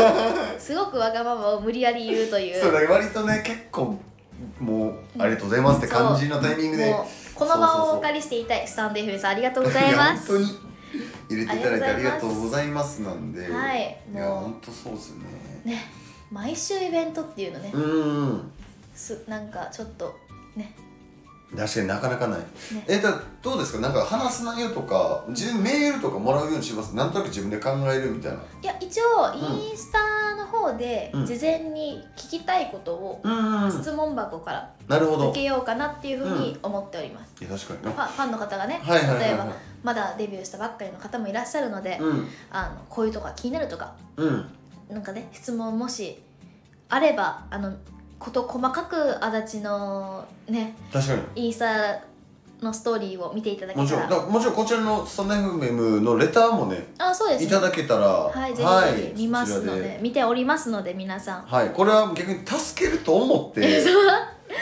[SPEAKER 1] すごくわがままを無理やり言うという
[SPEAKER 2] そうだから割とね結構もうありがとうございますって感じのタイミングで
[SPEAKER 1] もうこの場をお借りしていたいスタンド FM さんありがとうございます
[SPEAKER 2] や本当に入れていただいてありがとうございますなんで
[SPEAKER 1] はい
[SPEAKER 2] いや
[SPEAKER 1] もう
[SPEAKER 2] 本当そうですね
[SPEAKER 1] ね毎週イベントっていうのね
[SPEAKER 2] うーん
[SPEAKER 1] すなんかちょっとね
[SPEAKER 2] 確かになかなかない、
[SPEAKER 1] ね
[SPEAKER 2] えだどうですかなんか話す内容とか自分メールとかもらうようにしますなんとなく自分で考えるみたいない
[SPEAKER 1] や一応
[SPEAKER 2] うん
[SPEAKER 1] インスタの方で
[SPEAKER 2] うん
[SPEAKER 1] 事前に聞きたいことを
[SPEAKER 2] うん
[SPEAKER 1] 質問箱から
[SPEAKER 2] なるほ
[SPEAKER 1] 受
[SPEAKER 2] ど
[SPEAKER 1] けようかなっていうふうに思っております、
[SPEAKER 2] いや確かにな
[SPEAKER 1] ファファンの方がね、
[SPEAKER 2] はいはいはい
[SPEAKER 1] 例え
[SPEAKER 2] は
[SPEAKER 1] ばまだデビューしたばっかりの方もいらっしゃるので、
[SPEAKER 2] いうん
[SPEAKER 1] あのこういうとこが気になるとか
[SPEAKER 2] うん
[SPEAKER 1] なんかね質問もしあればあのこと細かく足立のね
[SPEAKER 2] 確かに
[SPEAKER 1] インスタのストーリーを見ていただけ
[SPEAKER 2] もち
[SPEAKER 1] た
[SPEAKER 2] ろん
[SPEAKER 1] ら
[SPEAKER 2] だからもちろんこちらのスタンド FM のレターもね
[SPEAKER 1] あそうです
[SPEAKER 2] いただけたら
[SPEAKER 1] はい、ぜひぜひ見ますので、見ておりますので皆さん。
[SPEAKER 2] はいこれは逆に助けると思って
[SPEAKER 1] (laughs)
[SPEAKER 2] レ
[SPEAKER 1] そう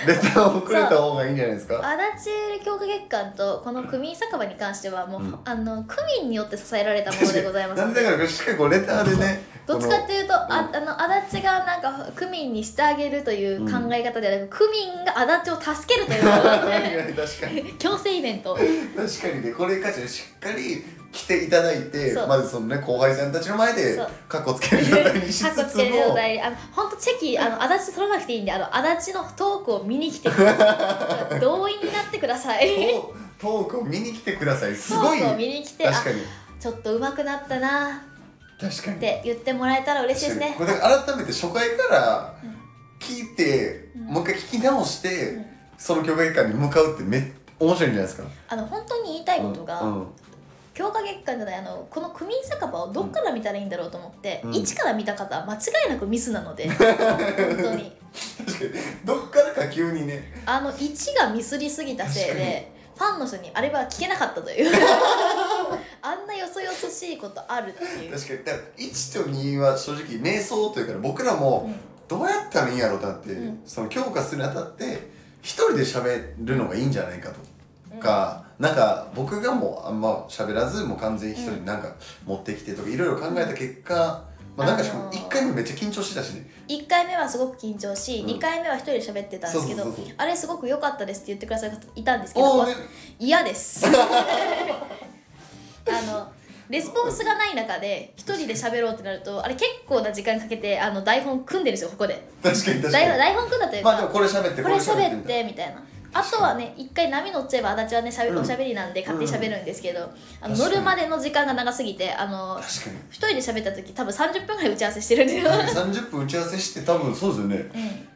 [SPEAKER 2] ターをくれた方がいいんじゃないですか
[SPEAKER 1] 足立強化月間とこの区民酒場に関してはもう、
[SPEAKER 2] うん
[SPEAKER 1] あの区民によって支えられたものでございます
[SPEAKER 2] なんだからしっかりこうレターでね
[SPEAKER 1] どっちかっていうと、
[SPEAKER 2] ん
[SPEAKER 1] ああの足立がなんか区民にしてあげるという考え方ではなく、区民が足立を助けるという
[SPEAKER 2] 確かに
[SPEAKER 1] 強制イベン
[SPEAKER 2] (laughs)
[SPEAKER 1] ト
[SPEAKER 2] 確かにねこれかつしっかり来ていただいて
[SPEAKER 1] そう
[SPEAKER 2] まずそのね後輩さんたちの前で
[SPEAKER 1] そう
[SPEAKER 2] カッコつける状態にし
[SPEAKER 1] カッコ
[SPEAKER 2] つ
[SPEAKER 1] つ
[SPEAKER 2] つ
[SPEAKER 1] ける状
[SPEAKER 2] も
[SPEAKER 1] 態あの本当チェキあ
[SPEAKER 2] (laughs)
[SPEAKER 1] の足立取らなくていいんであの足立のトークを見に来てください動員になってください
[SPEAKER 2] トートークを見に来てくださいす
[SPEAKER 1] ト
[SPEAKER 2] ご
[SPEAKER 1] ー
[SPEAKER 2] い
[SPEAKER 1] クを見
[SPEAKER 2] 確
[SPEAKER 1] に来てあ
[SPEAKER 2] かに
[SPEAKER 1] ちょっと上手くなったな
[SPEAKER 2] 確か
[SPEAKER 1] っ
[SPEAKER 2] に
[SPEAKER 1] て言ってもらえたら嬉しいですね
[SPEAKER 2] こ。れ改めて初回から聞いて、
[SPEAKER 1] うん
[SPEAKER 2] もう一回聞き直して、
[SPEAKER 1] うん
[SPEAKER 2] その教会館に向かうってめっ面白いんじゃないですか。
[SPEAKER 1] あの本当に言いたいことが、
[SPEAKER 2] うんうん
[SPEAKER 1] 強化月間じゃないあのこの区民酒場をどっから見たらいいんだろうと思って、
[SPEAKER 2] うん
[SPEAKER 1] 一から見た方は間違いなくミスな
[SPEAKER 2] (laughs)
[SPEAKER 1] ので本当に
[SPEAKER 2] 確かにどっからか急にね
[SPEAKER 1] あの一がミスりすぎたせいでファンの人にあれは聞けなかったと
[SPEAKER 2] (laughs)
[SPEAKER 1] いうあんなよそよそしいことあるっていう。
[SPEAKER 2] 確かにだから1と2は正直瞑想というから僕らも
[SPEAKER 1] うん
[SPEAKER 2] どうやったらいいんやろうだって、
[SPEAKER 1] うん
[SPEAKER 2] その強化するにあたって一人で喋るのがいいんじゃないかとか、なんか僕がもうあんま喋らずもう完全に一人でなんか持ってきてとかいろいろ考えた結果、まあ、なんかしか
[SPEAKER 1] あの
[SPEAKER 2] も
[SPEAKER 1] ー
[SPEAKER 2] 1回目めっちゃ緊張してたしね
[SPEAKER 1] 1回目はすごく緊張し、
[SPEAKER 2] うん
[SPEAKER 1] 2回目は1人で喋ってたんですけど
[SPEAKER 2] そうそうそうそう
[SPEAKER 1] あれすごく良かったですって言ってくださる方いたんですけ
[SPEAKER 2] お
[SPEAKER 1] ど
[SPEAKER 2] おね
[SPEAKER 1] 嫌です
[SPEAKER 2] (laughs)
[SPEAKER 1] あのレスポンスがない中で一人で喋ろうってなるとあれ結構な時間かけてあの台本組んでるんですよここで
[SPEAKER 2] 確かに確
[SPEAKER 1] 台本
[SPEAKER 2] かに
[SPEAKER 1] 台本組んだという
[SPEAKER 2] ま
[SPEAKER 1] か、
[SPEAKER 2] あでもこれ喋って
[SPEAKER 1] これ喋っ
[SPEAKER 2] みた
[SPEAKER 1] て
[SPEAKER 2] い
[SPEAKER 1] みたいなあとはね一回波乗っちゃえば足立はねしゃべ、
[SPEAKER 2] うん
[SPEAKER 1] おしゃべりなんで勝手に喋るんですけど、あの乗
[SPEAKER 2] 確かに
[SPEAKER 1] るまでの時間が長すぎてあの
[SPEAKER 2] な確かに
[SPEAKER 1] 一人で喋った時多分30分ぐらい打ち合わせしてるんですよ、
[SPEAKER 2] 30分打ち合わせして多分そうですよね
[SPEAKER 1] う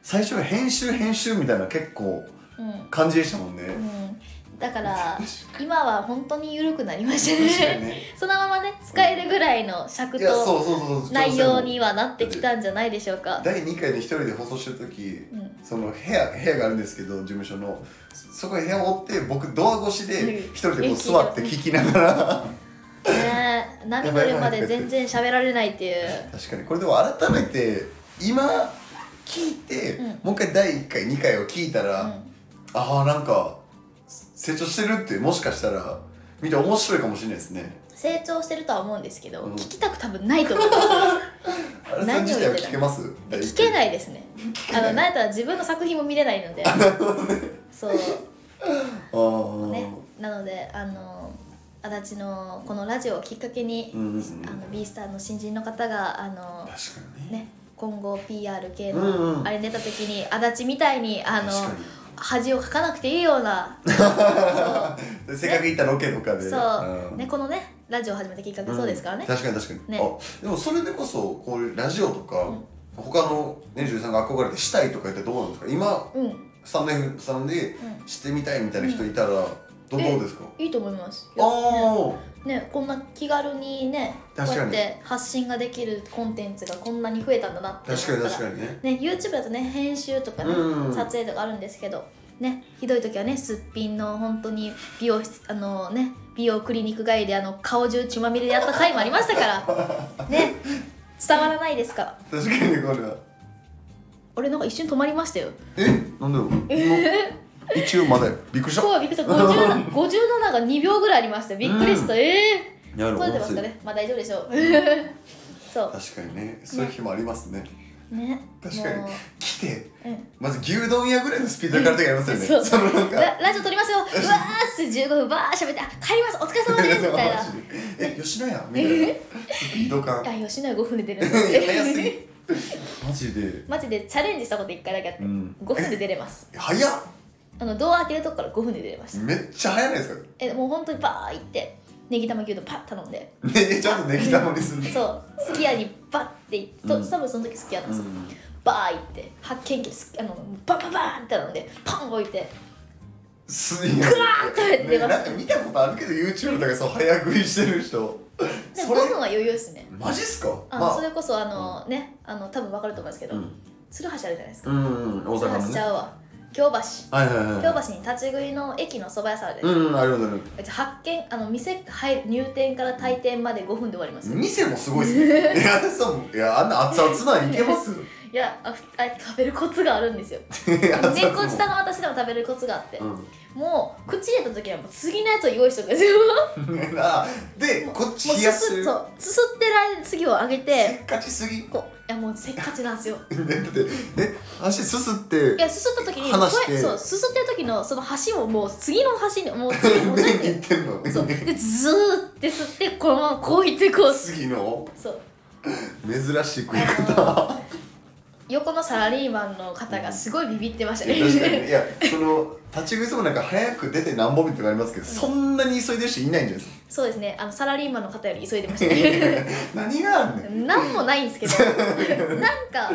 [SPEAKER 2] 最初は編集編集みたいな結構
[SPEAKER 1] んうん
[SPEAKER 2] 感じでしたもんね、
[SPEAKER 1] うんだから今は本当に緩くなりました
[SPEAKER 2] 確か
[SPEAKER 1] ね
[SPEAKER 2] に
[SPEAKER 1] (laughs)
[SPEAKER 2] ね
[SPEAKER 1] そのままね使えるぐらいの尺
[SPEAKER 2] いや
[SPEAKER 1] と
[SPEAKER 2] そうそうそうそう
[SPEAKER 1] 内容にはなってきたんじゃないでしょうか。
[SPEAKER 2] 第2回で一人で放送してる時、
[SPEAKER 1] うん
[SPEAKER 2] その部屋部屋があるんですけど事務所のそそこへ部屋を追って僕ドア越しで
[SPEAKER 1] うん
[SPEAKER 2] 一人でこう座って聞きながら
[SPEAKER 1] ねえ、波乗るまで全然喋られないっていう。
[SPEAKER 2] (laughs) 確かにこれでも改めて今聞いて、
[SPEAKER 1] うん
[SPEAKER 2] もう一回第1回2回を聞いたら、
[SPEAKER 1] う
[SPEAKER 2] ああなんか成長してるってもしかしたら見て面白いかもしれないですね
[SPEAKER 1] ん成長してるとは思うんですけど、
[SPEAKER 2] うん
[SPEAKER 1] 聞きたく多分ないと
[SPEAKER 2] (laughs)
[SPEAKER 1] 思います。
[SPEAKER 2] あれさん自体は聞けます
[SPEAKER 1] 聞け
[SPEAKER 2] い
[SPEAKER 1] ないですね。
[SPEAKER 2] け
[SPEAKER 1] あ
[SPEAKER 2] ない
[SPEAKER 1] の、なんやったら自分の作品も見れないので。そう、
[SPEAKER 2] あー、
[SPEAKER 1] ね、なので、あの。足立のこのラジオをきっかけに、
[SPEAKER 2] うんうんうん
[SPEAKER 1] あのビースターの新人の方があの
[SPEAKER 2] 確かにね
[SPEAKER 1] ね今後 PR 系
[SPEAKER 2] うんう
[SPEAKER 1] の
[SPEAKER 2] ん
[SPEAKER 1] あれ出た時に、足立みたいにあの
[SPEAKER 2] 確か
[SPEAKER 1] 恥をかかなくていいような
[SPEAKER 2] にでせっかく行ったロケとかで
[SPEAKER 1] そう、
[SPEAKER 2] ん
[SPEAKER 1] ね、このねラジオ始めたきっかけそうですからね
[SPEAKER 2] ん、確かに確かに、
[SPEAKER 1] ね
[SPEAKER 2] あでもそれでこそこういうラジオとか、
[SPEAKER 1] うん
[SPEAKER 2] 他のね女優さんが憧れてしたいとか言ってどうなんですか今
[SPEAKER 1] うん、
[SPEAKER 2] スタンド F さんで
[SPEAKER 1] う
[SPEAKER 2] してみたいみたいな人いたら、ど
[SPEAKER 1] え
[SPEAKER 2] どうですか
[SPEAKER 1] いいと思います
[SPEAKER 2] あー
[SPEAKER 1] ねこんな気軽にねこ
[SPEAKER 2] 確
[SPEAKER 1] う
[SPEAKER 2] か
[SPEAKER 1] やっ
[SPEAKER 2] に
[SPEAKER 1] て発信ができるコンテンツがこんなに増えたんだなって思っ
[SPEAKER 2] 確
[SPEAKER 1] た
[SPEAKER 2] からに確かにね
[SPEAKER 1] ね YouTube だとね編集とかね、
[SPEAKER 2] うん
[SPEAKER 1] 撮影とかあるんですけどねひどい時はねすっぴんの本当に美容室あの
[SPEAKER 2] (laughs)
[SPEAKER 1] ね美容クリニック帰りであの顔中血まみれでやった回もありましたからね伝わらないですか
[SPEAKER 2] 確かにこれは
[SPEAKER 1] 俺なんか一瞬止まりま
[SPEAKER 2] (laughs)
[SPEAKER 1] したよ
[SPEAKER 2] えなんだよ今一応まだよびっくりした
[SPEAKER 1] そうびっくりした57 57が2秒ぐらいありましたびっくりした、
[SPEAKER 2] う
[SPEAKER 1] ええ
[SPEAKER 2] やる
[SPEAKER 1] 取れてますかねまあ大丈夫でしょう (laughs) そう
[SPEAKER 2] 確かにねそういう日もありますね
[SPEAKER 1] ね
[SPEAKER 2] 確かに
[SPEAKER 1] も
[SPEAKER 2] 来て
[SPEAKER 1] ううん
[SPEAKER 2] まず牛丼屋ぐらいのスピードで帰る時ありますよね
[SPEAKER 1] そう
[SPEAKER 2] のなん (laughs) か
[SPEAKER 1] ララジオ撮りますようわーっつって15分ばー喋ってあ帰りますお疲れ
[SPEAKER 2] (laughs)
[SPEAKER 1] 様ですみたいな
[SPEAKER 2] マジでえ吉野家みたいなスピード感 (laughs)
[SPEAKER 1] あ吉野家5分で出るんだって
[SPEAKER 2] 早すぎマジで
[SPEAKER 1] マジでチャレンジしたこと1回だけあって、
[SPEAKER 2] うん
[SPEAKER 1] 5分で出れます
[SPEAKER 2] 早っ
[SPEAKER 1] あのドア開けるとこから5分で出れました、
[SPEAKER 2] めっちゃ早ないですか
[SPEAKER 1] えもう本当にバー行ってネギ玉牛丼パッ頼んで
[SPEAKER 2] ねちゃんとできたのにする
[SPEAKER 1] そうすき家にバッて行って、と
[SPEAKER 2] うん
[SPEAKER 1] 多分その時すき家なん
[SPEAKER 2] う
[SPEAKER 1] ですよ、
[SPEAKER 2] ん
[SPEAKER 1] バー行って発見器すあのバンバンバーンって頼んでパン置いて
[SPEAKER 2] すいや
[SPEAKER 1] クラーンとやって
[SPEAKER 2] ね
[SPEAKER 1] ます
[SPEAKER 2] なんか見たことあるけど YouTube とかそう早食いしてる人
[SPEAKER 1] で5
[SPEAKER 2] それ
[SPEAKER 1] 分は余裕ですね
[SPEAKER 2] マジっすか
[SPEAKER 1] あの、それこそあの、ねあの多分分かると思うんですけど、
[SPEAKER 2] うん
[SPEAKER 1] 鶴橋あるじゃないですか、
[SPEAKER 2] うんうん大阪の
[SPEAKER 1] 鶴橋ち
[SPEAKER 2] ね
[SPEAKER 1] ゃうわ京橋
[SPEAKER 2] はいはいは
[SPEAKER 1] 京
[SPEAKER 2] い
[SPEAKER 1] 橋に立ち食いの駅の蕎麦屋さんあるじゃ
[SPEAKER 2] う
[SPEAKER 1] ないですか、
[SPEAKER 2] んうんありがとうございま
[SPEAKER 1] うち発見あの店入入店から退店まで5分で終わりますす
[SPEAKER 2] 店もすごいっす
[SPEAKER 1] (laughs)
[SPEAKER 2] ねいやそういやあんな熱々なんいけます
[SPEAKER 1] いやあふあ食べるコツがあるんですよ
[SPEAKER 2] 熱々
[SPEAKER 1] 猫舌の私でも食べるコツがあって、
[SPEAKER 2] うん (laughs)
[SPEAKER 1] もう口入れた時はもう次のやつを用意しとくんですよ
[SPEAKER 2] あでこっち
[SPEAKER 1] もう
[SPEAKER 2] (laughs) 冷
[SPEAKER 1] す
[SPEAKER 2] やす
[SPEAKER 1] すそうすすってる間に次をあげ
[SPEAKER 2] せ
[SPEAKER 1] て
[SPEAKER 2] っかちすぎ (laughs) だ
[SPEAKER 1] こういやもうせっかちなんですよ
[SPEAKER 2] ってえ足すすって
[SPEAKER 1] いやすすった時に
[SPEAKER 2] 離して
[SPEAKER 1] これそうすすってる時のその箸をもう次の箸にもう次の
[SPEAKER 2] 麺 (laughs) にいってんの
[SPEAKER 1] そうでズーって吸ってこのままこういってこうす
[SPEAKER 2] 次の
[SPEAKER 1] そう
[SPEAKER 2] 珍しい食い方
[SPEAKER 1] あの横のサラリーマンの方がすごいビビってました
[SPEAKER 2] いや確か
[SPEAKER 1] ね
[SPEAKER 2] にいやその立ち食いそばなんか早く出てなんぼみたいなのありますけど、そんなに急いでる人いないんじゃない
[SPEAKER 1] そうですねあのサラリーマンの方より急いでました
[SPEAKER 2] で
[SPEAKER 1] ね
[SPEAKER 2] す
[SPEAKER 1] (laughs)
[SPEAKER 2] か何があんねん
[SPEAKER 1] なんもないんですけどなんかなんか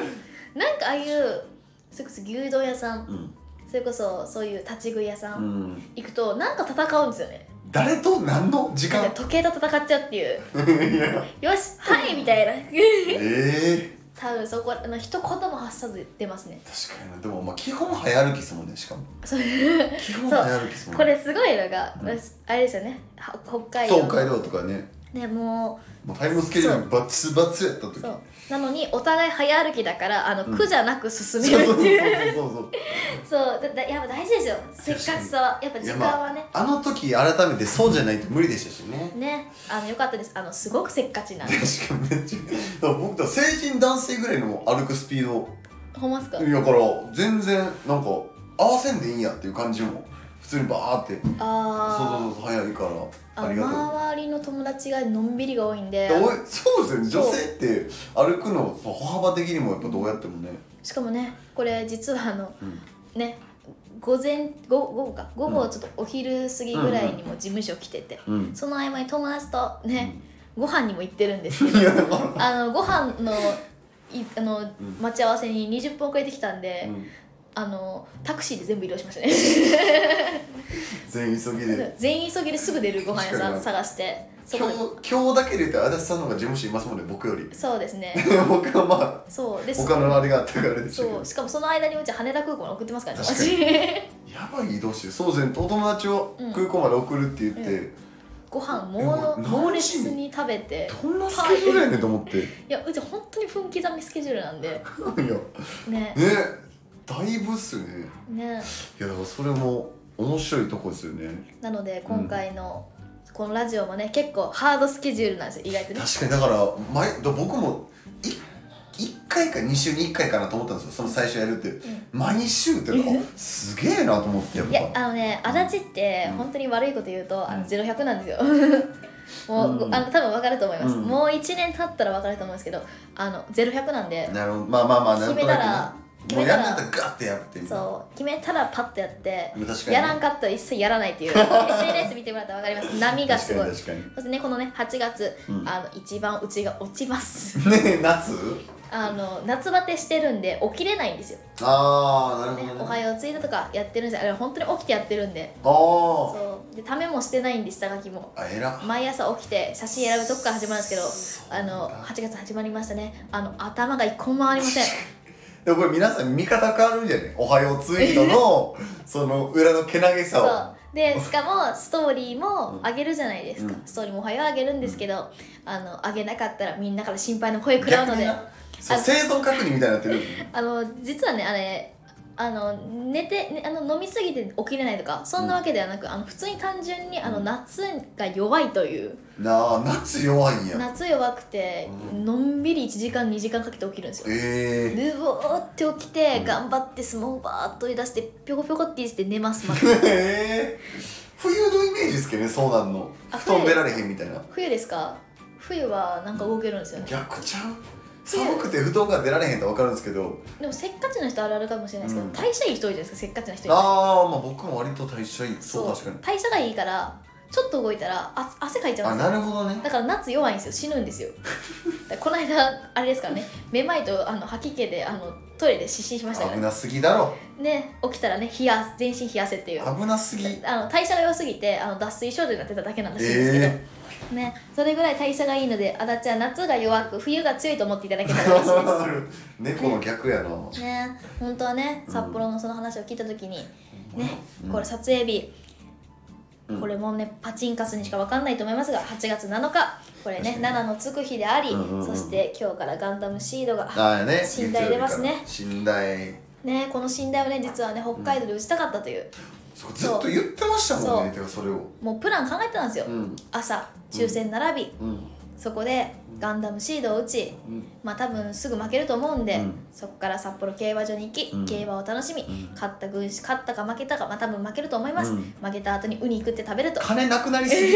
[SPEAKER 1] ああいうそれこそ牛丼屋さん
[SPEAKER 2] うん、
[SPEAKER 1] それこそそういう立ち食い屋さ
[SPEAKER 2] うんん、
[SPEAKER 1] 行くとなんか戦うんですよね
[SPEAKER 2] 誰と何の時
[SPEAKER 1] なん
[SPEAKER 2] 間
[SPEAKER 1] か時計と戦っちゃうっていう
[SPEAKER 2] (laughs) いや
[SPEAKER 1] よしはいみたいな (laughs)
[SPEAKER 2] ええ
[SPEAKER 1] 多分そこあの一言も発さず出ますね
[SPEAKER 2] 確かになでもまあ基本早歩きですもんねしかも
[SPEAKER 1] そう
[SPEAKER 2] 基本早歩きですもん
[SPEAKER 1] こ
[SPEAKER 2] ね
[SPEAKER 1] れすごいのが、
[SPEAKER 2] うん
[SPEAKER 1] あれですよねは北海
[SPEAKER 2] そ
[SPEAKER 1] 道
[SPEAKER 2] う北海道とかね
[SPEAKER 1] ねもう
[SPEAKER 2] もうタイムスケジュールバツバツやった時
[SPEAKER 1] そうなのにお互い早歩きだからあの、
[SPEAKER 2] うん
[SPEAKER 1] 苦じゃなく進
[SPEAKER 2] そう
[SPEAKER 1] める
[SPEAKER 2] そう
[SPEAKER 1] って
[SPEAKER 2] そう
[SPEAKER 1] いう (laughs) そ
[SPEAKER 2] そうそう
[SPEAKER 1] うだだやっぱ大事ですよせっかちさはやっぱ時間はね、
[SPEAKER 2] あの時改めてそうじゃないと無理でしたしね
[SPEAKER 1] ねあのよかったですあのすごくせっかちなんで
[SPEAKER 2] 確かにめっちゃだから僕だ成人男性ぐらいの歩くスピード
[SPEAKER 1] ほんまっすか
[SPEAKER 2] いやから全然なんか合わせんでいいんやっていう感じも普通にバーってそうそう
[SPEAKER 1] あ
[SPEAKER 2] そう早いから
[SPEAKER 1] あ
[SPEAKER 2] あ
[SPEAKER 1] あ
[SPEAKER 2] りがとう
[SPEAKER 1] の周りの友達がのんびりが多いんで
[SPEAKER 2] でおいそうです
[SPEAKER 1] そ
[SPEAKER 2] よ
[SPEAKER 1] う
[SPEAKER 2] ね女性って歩くの歩幅的にもやっぱどうやってもね、
[SPEAKER 1] しかもねこれ実はあの
[SPEAKER 2] うん
[SPEAKER 1] ね午前午午後か午後ちょっとお昼過ぎぐらいにも事務所来てて、
[SPEAKER 2] うん
[SPEAKER 1] その合間に友達とね、ご飯にも行ってるんですけ
[SPEAKER 2] い
[SPEAKER 1] ど
[SPEAKER 2] やだから
[SPEAKER 1] あのご飯のい (laughs) あの、
[SPEAKER 2] ん
[SPEAKER 1] 待ち合わせに20分遅れてきたんで、
[SPEAKER 2] うん
[SPEAKER 1] あのタクシーで全部移動しました
[SPEAKER 2] (laughs) 全員急ぎで
[SPEAKER 1] ね全員急ぎですぐ出るご飯屋さ
[SPEAKER 2] 確か
[SPEAKER 1] ん
[SPEAKER 2] に
[SPEAKER 1] 探してそこ
[SPEAKER 2] 今
[SPEAKER 1] で
[SPEAKER 2] 日今日だけで言うと足立さんの方が事務所いますもんね僕より (laughs)
[SPEAKER 1] そうですね
[SPEAKER 2] 僕はまあ
[SPEAKER 1] そうです
[SPEAKER 2] 他のあれがあったからあれでしたけ
[SPEAKER 1] そ
[SPEAKER 2] ど
[SPEAKER 1] うしかもその間にうち羽田空港に送ってますからね
[SPEAKER 2] 確かにやばい移動してるそうですねお友達を空港まで送るって言って、
[SPEAKER 1] ご飯
[SPEAKER 2] えも
[SPEAKER 1] も
[SPEAKER 2] う
[SPEAKER 1] 猛烈に食べて
[SPEAKER 2] どんなスケジュールやねんと思ってい
[SPEAKER 1] いやうち本当に分刻みスケジュールなんで
[SPEAKER 2] (laughs) や
[SPEAKER 1] ね
[SPEAKER 2] ねだいぶっすね
[SPEAKER 1] ね
[SPEAKER 2] いやだからそれも面白いとこですよね
[SPEAKER 1] なので今回の、このラジオもね結構ハードスケジュールなんですよ意外とね
[SPEAKER 2] 確かにだから前だ僕も1回か2週に1回かなと思ったんですよその最初やるって、毎週ってなんかあすげえなと思ってやっ
[SPEAKER 1] いや
[SPEAKER 2] ぱ
[SPEAKER 1] あのね足立って
[SPEAKER 2] うん
[SPEAKER 1] 本当に悪いこと言うと、あ
[SPEAKER 2] う
[SPEAKER 1] の
[SPEAKER 2] ん
[SPEAKER 1] ゼロ百なん
[SPEAKER 2] (laughs)
[SPEAKER 1] ですよもう、
[SPEAKER 2] うん
[SPEAKER 1] あの多分分かると思います、
[SPEAKER 2] うん
[SPEAKER 1] もう1年経ったら分かると思うんですけどあのゼロ百なんで、
[SPEAKER 2] なるほどまあまあまあなんとなくな
[SPEAKER 1] 決
[SPEAKER 2] もう
[SPEAKER 1] め
[SPEAKER 2] や
[SPEAKER 1] た
[SPEAKER 2] ん
[SPEAKER 1] ら
[SPEAKER 2] なったらガッてやるっていう
[SPEAKER 1] そう決めたらパッとやって
[SPEAKER 2] でも確かに
[SPEAKER 1] やらんかったら一切やらない
[SPEAKER 2] (laughs)
[SPEAKER 1] っていう SNS 見てもらったら分かります波がすごい
[SPEAKER 2] 確かに
[SPEAKER 1] そしてねこのね8月、
[SPEAKER 2] うん
[SPEAKER 1] あの一番うちが落ちます
[SPEAKER 2] 確かにねえ夏
[SPEAKER 1] あの夏バテしてるんで起きれないんですよ、
[SPEAKER 2] ああなる
[SPEAKER 1] ね
[SPEAKER 2] ほ、ど
[SPEAKER 1] おは
[SPEAKER 2] ね
[SPEAKER 1] ようついたとかやってるんですよあれ本当に起きてやってるんで
[SPEAKER 2] あ
[SPEAKER 1] そうでためもしてないんで下書きも
[SPEAKER 2] ああえら
[SPEAKER 1] 毎朝起きて写真選ぶとこから始まるんですけど
[SPEAKER 2] そう
[SPEAKER 1] あ
[SPEAKER 2] なんだ (laughs)
[SPEAKER 1] の8月始まりましたねあの頭が一個もありません
[SPEAKER 2] でもこれ皆さん見方変わるんじゃないおはようツイート
[SPEAKER 1] (laughs)
[SPEAKER 2] のその裏のけなげ
[SPEAKER 1] そ
[SPEAKER 2] さ
[SPEAKER 1] うでしかもストーリーも上げるじゃないですか、
[SPEAKER 2] うん
[SPEAKER 1] ストーリーもおはようあげるんですけど、あの上げなかったらみんなから心配の声
[SPEAKER 2] を
[SPEAKER 1] 食らうので
[SPEAKER 2] なそう
[SPEAKER 1] あ
[SPEAKER 2] 生存確認みたいになってる
[SPEAKER 1] あの実はねあれあの寝て、ねあの飲みすぎて起きれないとかそんなわけではなく、あの普通に単純にあの
[SPEAKER 2] うん
[SPEAKER 1] 夏が弱いという、(laughs)
[SPEAKER 2] なあ夏弱いんや
[SPEAKER 1] 夏弱くて
[SPEAKER 2] う
[SPEAKER 1] のんびり1時間2時間かけて起きるんですよ。
[SPEAKER 2] ええ
[SPEAKER 1] ぬぼーって起きて
[SPEAKER 2] うん
[SPEAKER 1] 頑張ってスマホバーっと取り出してぴょこぴょこってして寝ますま
[SPEAKER 2] (laughs)
[SPEAKER 1] た
[SPEAKER 2] ええ冬のイメージですけどねそうなんの
[SPEAKER 1] あ
[SPEAKER 2] 布団出られへんみたいな
[SPEAKER 1] 冬ですか冬はなんか動けるんですよね
[SPEAKER 2] 逆ちゃう寒くて布団が出られへんって分かるんですけど
[SPEAKER 1] でもせっかちな人あるあるかもしれないですけど、
[SPEAKER 2] うん
[SPEAKER 1] 代謝いい人多いじゃないですかせっかちな人いない
[SPEAKER 2] ああまあ僕も割と代謝いいそう確かに
[SPEAKER 1] 代謝がいいからちょっと動いたらあ汗かいちゃう
[SPEAKER 2] あ
[SPEAKER 1] んです
[SPEAKER 2] な
[SPEAKER 1] よ
[SPEAKER 2] るほどね
[SPEAKER 1] だから夏弱いんですよ死ぬん
[SPEAKER 2] (laughs)
[SPEAKER 1] ですよだからこの間あれですからねめまいとあの吐き気であのトイレで失神しましたから
[SPEAKER 2] 危
[SPEAKER 1] ね
[SPEAKER 2] なすぎだろ
[SPEAKER 1] ね起きたらね冷や全身冷やせっていう
[SPEAKER 2] 危なすぎ
[SPEAKER 1] あの代謝が良すぎてあの脱水症状になってただけなんらしいんですけど、
[SPEAKER 2] え
[SPEAKER 1] ね、それぐらい代謝がいいので足立は夏が弱く冬が強いと思っていただけ
[SPEAKER 2] え
[SPEAKER 1] たら嬉しいです
[SPEAKER 2] ー、 (laughs) 猫の逆やな、
[SPEAKER 1] ね本当はね
[SPEAKER 2] うん
[SPEAKER 1] 札幌のその話を聞いた時に、ね
[SPEAKER 2] うん
[SPEAKER 1] これ撮影日、
[SPEAKER 2] うん
[SPEAKER 1] これもねパチンカスにしか分かんないと思いますが8月7日これね
[SPEAKER 2] 確かに
[SPEAKER 1] 7のつく日であり、
[SPEAKER 2] うんうんうん
[SPEAKER 1] そして今日からガンダムシードが
[SPEAKER 2] ああね
[SPEAKER 1] 信頼出ますね
[SPEAKER 2] 月曜日から信頼
[SPEAKER 1] ねこの寝台をね実はね北海道で打ちたかったという、
[SPEAKER 2] そうずっと言ってましたもんね
[SPEAKER 1] そう
[SPEAKER 2] てかそれを
[SPEAKER 1] もうプラン考えてたんですよ、
[SPEAKER 2] うん
[SPEAKER 1] 朝抽選並び、
[SPEAKER 2] うん
[SPEAKER 1] そこでガンダムシードを打ち
[SPEAKER 2] うん
[SPEAKER 1] まあ多分すぐ負けると思うんで、
[SPEAKER 2] うん
[SPEAKER 1] そこから札幌競馬場に行き、
[SPEAKER 2] うん
[SPEAKER 1] 競馬を楽しみ、
[SPEAKER 2] ん
[SPEAKER 1] 勝った軍師勝ったか負けたかまあ多分負けると思います、
[SPEAKER 2] うん
[SPEAKER 1] 負けた後にウニ食って食べると
[SPEAKER 2] 金なくな
[SPEAKER 1] (laughs)
[SPEAKER 2] りすぎ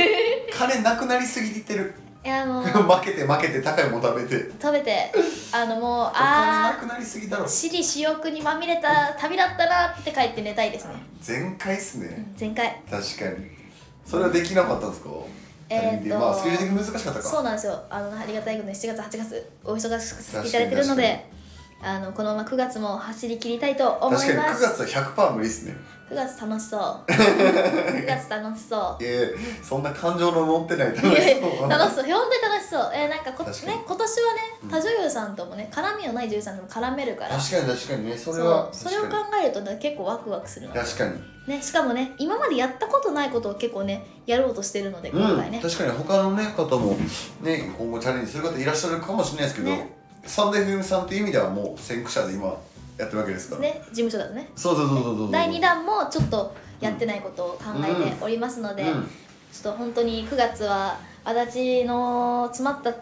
[SPEAKER 2] 金なくなりすぎてる
[SPEAKER 1] いやもう
[SPEAKER 2] (laughs) 負けて負けて高いもん食べて
[SPEAKER 1] 食べてあのもう
[SPEAKER 2] お金な
[SPEAKER 1] あ
[SPEAKER 2] くなりすぎだろ
[SPEAKER 1] ー私利私欲にまみれた旅だったなって帰って寝たいですね
[SPEAKER 2] 全開っすね
[SPEAKER 1] 全開
[SPEAKER 2] 確かにそれはできなかったんですか
[SPEAKER 1] えーっと
[SPEAKER 2] タイミングでまあスケジュール的に難しかったか
[SPEAKER 1] そうなんですよあのありがたいことに7月8月お忙しくさせていただいてるのであのこのまま9月も走り切りたいと思いま
[SPEAKER 2] 確
[SPEAKER 1] す
[SPEAKER 2] かに9月は100%無理っすね
[SPEAKER 1] 9月楽しそう9月楽し
[SPEAKER 2] (laughs)
[SPEAKER 1] そう
[SPEAKER 2] いやいやそんな感情の乗ってない楽
[SPEAKER 1] いやい
[SPEAKER 2] し
[SPEAKER 1] や
[SPEAKER 2] そう
[SPEAKER 1] 楽しそう本当に楽しそうえーなんかこ
[SPEAKER 2] 確かに
[SPEAKER 1] ね今年はね他女優さんともね絡みのない女優さんとも絡めるから
[SPEAKER 2] 確かに確かにねそれは
[SPEAKER 1] そうそれを考
[SPEAKER 2] 確か
[SPEAKER 1] えると、ね、結構ワクワクするな
[SPEAKER 2] に確かに
[SPEAKER 1] ね、しかもね今までやったことないことを結構ねやろうとしてるので今回
[SPEAKER 2] うん、
[SPEAKER 1] ね、
[SPEAKER 2] 確かに他の、ね、方も、ね、今後チャレンジする方いらっしゃるかもしれないですけど、
[SPEAKER 1] ね
[SPEAKER 2] サンデー FM さんっていう意味ではもう先駆者で今やってるわけですから、
[SPEAKER 1] ね事務所だとね
[SPEAKER 2] そうそうそうそうそう
[SPEAKER 1] 第2弾もちょっとやってないことを考えておりますので、
[SPEAKER 2] うん
[SPEAKER 1] ちょっと本当に9月は足立の詰まった1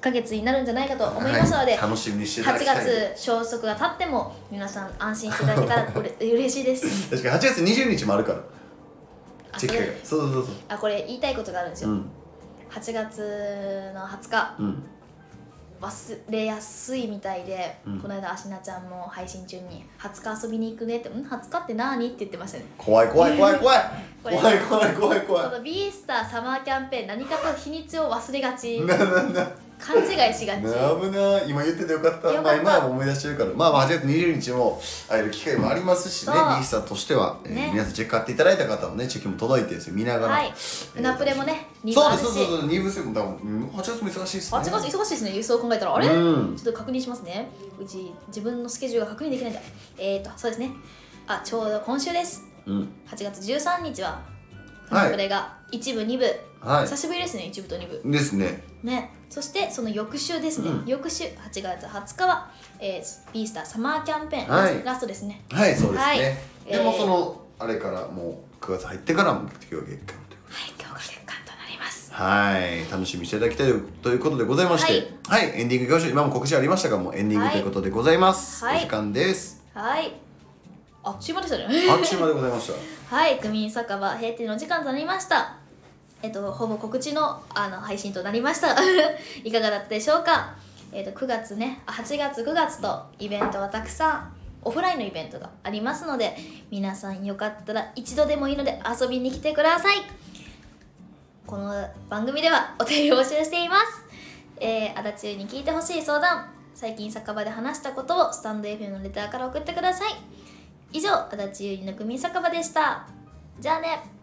[SPEAKER 1] ヶ月になるんじゃないかと思いますので、
[SPEAKER 2] はい楽しみにしていただ
[SPEAKER 1] 8
[SPEAKER 2] きたい
[SPEAKER 1] 月消息が経っても皆さん安心していただけ
[SPEAKER 2] (laughs)
[SPEAKER 1] たらこれ嬉しいです
[SPEAKER 2] 確かに8月20日もあるから
[SPEAKER 1] あ
[SPEAKER 2] チェック
[SPEAKER 1] それ
[SPEAKER 2] がそうそうそうそ
[SPEAKER 1] あこれ言いたいことがあるんです
[SPEAKER 2] う
[SPEAKER 1] よ、
[SPEAKER 2] うん
[SPEAKER 1] 8月の20日
[SPEAKER 2] うん
[SPEAKER 1] 忘れやすいみたいで、
[SPEAKER 2] うん
[SPEAKER 1] この間芦名ちゃんも配信中に「20日遊びに行くね」って「ん20日って何?」って言ってましたね
[SPEAKER 2] 怖い怖い
[SPEAKER 1] (laughs)
[SPEAKER 2] 怖い怖い
[SPEAKER 1] これ
[SPEAKER 2] 怖い怖い怖い
[SPEAKER 1] こ
[SPEAKER 2] 怖
[SPEAKER 1] の B スターサマーキャンペーン何かと日にちを忘れがち
[SPEAKER 2] いななな
[SPEAKER 1] 勘違いしがち
[SPEAKER 2] な危な今言っててよかった
[SPEAKER 1] よかった
[SPEAKER 2] まあ、今は思い出してるからまあまあ8月20日も会える機会もありますし
[SPEAKER 1] そ
[SPEAKER 2] ね
[SPEAKER 1] う
[SPEAKER 2] ミースターとしては、えー
[SPEAKER 1] ね
[SPEAKER 2] 皆さんチェック買っていただいた方もねチェキも届いてですね見ながら、
[SPEAKER 1] はいウナプレもね2
[SPEAKER 2] そ
[SPEAKER 1] 番
[SPEAKER 2] う
[SPEAKER 1] あ
[SPEAKER 2] で
[SPEAKER 1] るし
[SPEAKER 2] すそうですそうです二部制も多分うん8月も忙しいですね
[SPEAKER 1] 8月忙しいですね輸送考えたらあれ、
[SPEAKER 2] うん
[SPEAKER 1] ちょっと確認しますねうち自分のスケジュールが確認できないんだえーとそうですねあちょうど今週です
[SPEAKER 2] うん
[SPEAKER 1] 8月13日はウ
[SPEAKER 2] はい
[SPEAKER 1] ナプレが1部2部、
[SPEAKER 2] は
[SPEAKER 1] 久しぶりですね1部と2部
[SPEAKER 2] いですね
[SPEAKER 1] ね、そしてその翌週ですね、
[SPEAKER 2] うん
[SPEAKER 1] 翌週8月20日は、えー、ビースターサマーキャンペーン、
[SPEAKER 2] はい
[SPEAKER 1] ラストですね
[SPEAKER 2] はいそうですね、
[SPEAKER 1] はい
[SPEAKER 2] でも
[SPEAKER 1] えー
[SPEAKER 2] その、あれからもう9月入ってからも今日月間という
[SPEAKER 1] はい今日が月間となります
[SPEAKER 2] はい楽しみにしていただきたいということでございましてはい、エンディング行事今も告知ありましたがもうエンディングということでございます、
[SPEAKER 1] はい
[SPEAKER 2] お時間です、
[SPEAKER 1] はいあっちゅう間でしたね
[SPEAKER 2] あっちゅう間でございました
[SPEAKER 1] はい区民酒場閉店の時間となりましたえっとほぼ告知のあの配信となりました (laughs) いかがだったでしょうかえっと9月ねあ8月9月とイベントはたくさんオフラインのイベントがありますので皆さんよかったら一度でもいいので遊びに来てくださいこの番組ではお便りを募集しています。えー、足立に聞いてほしい相談、最近酒場で話したことをスタンド FM のレターから送ってください。以上、足立ゆりの組酒場でした。じゃあね。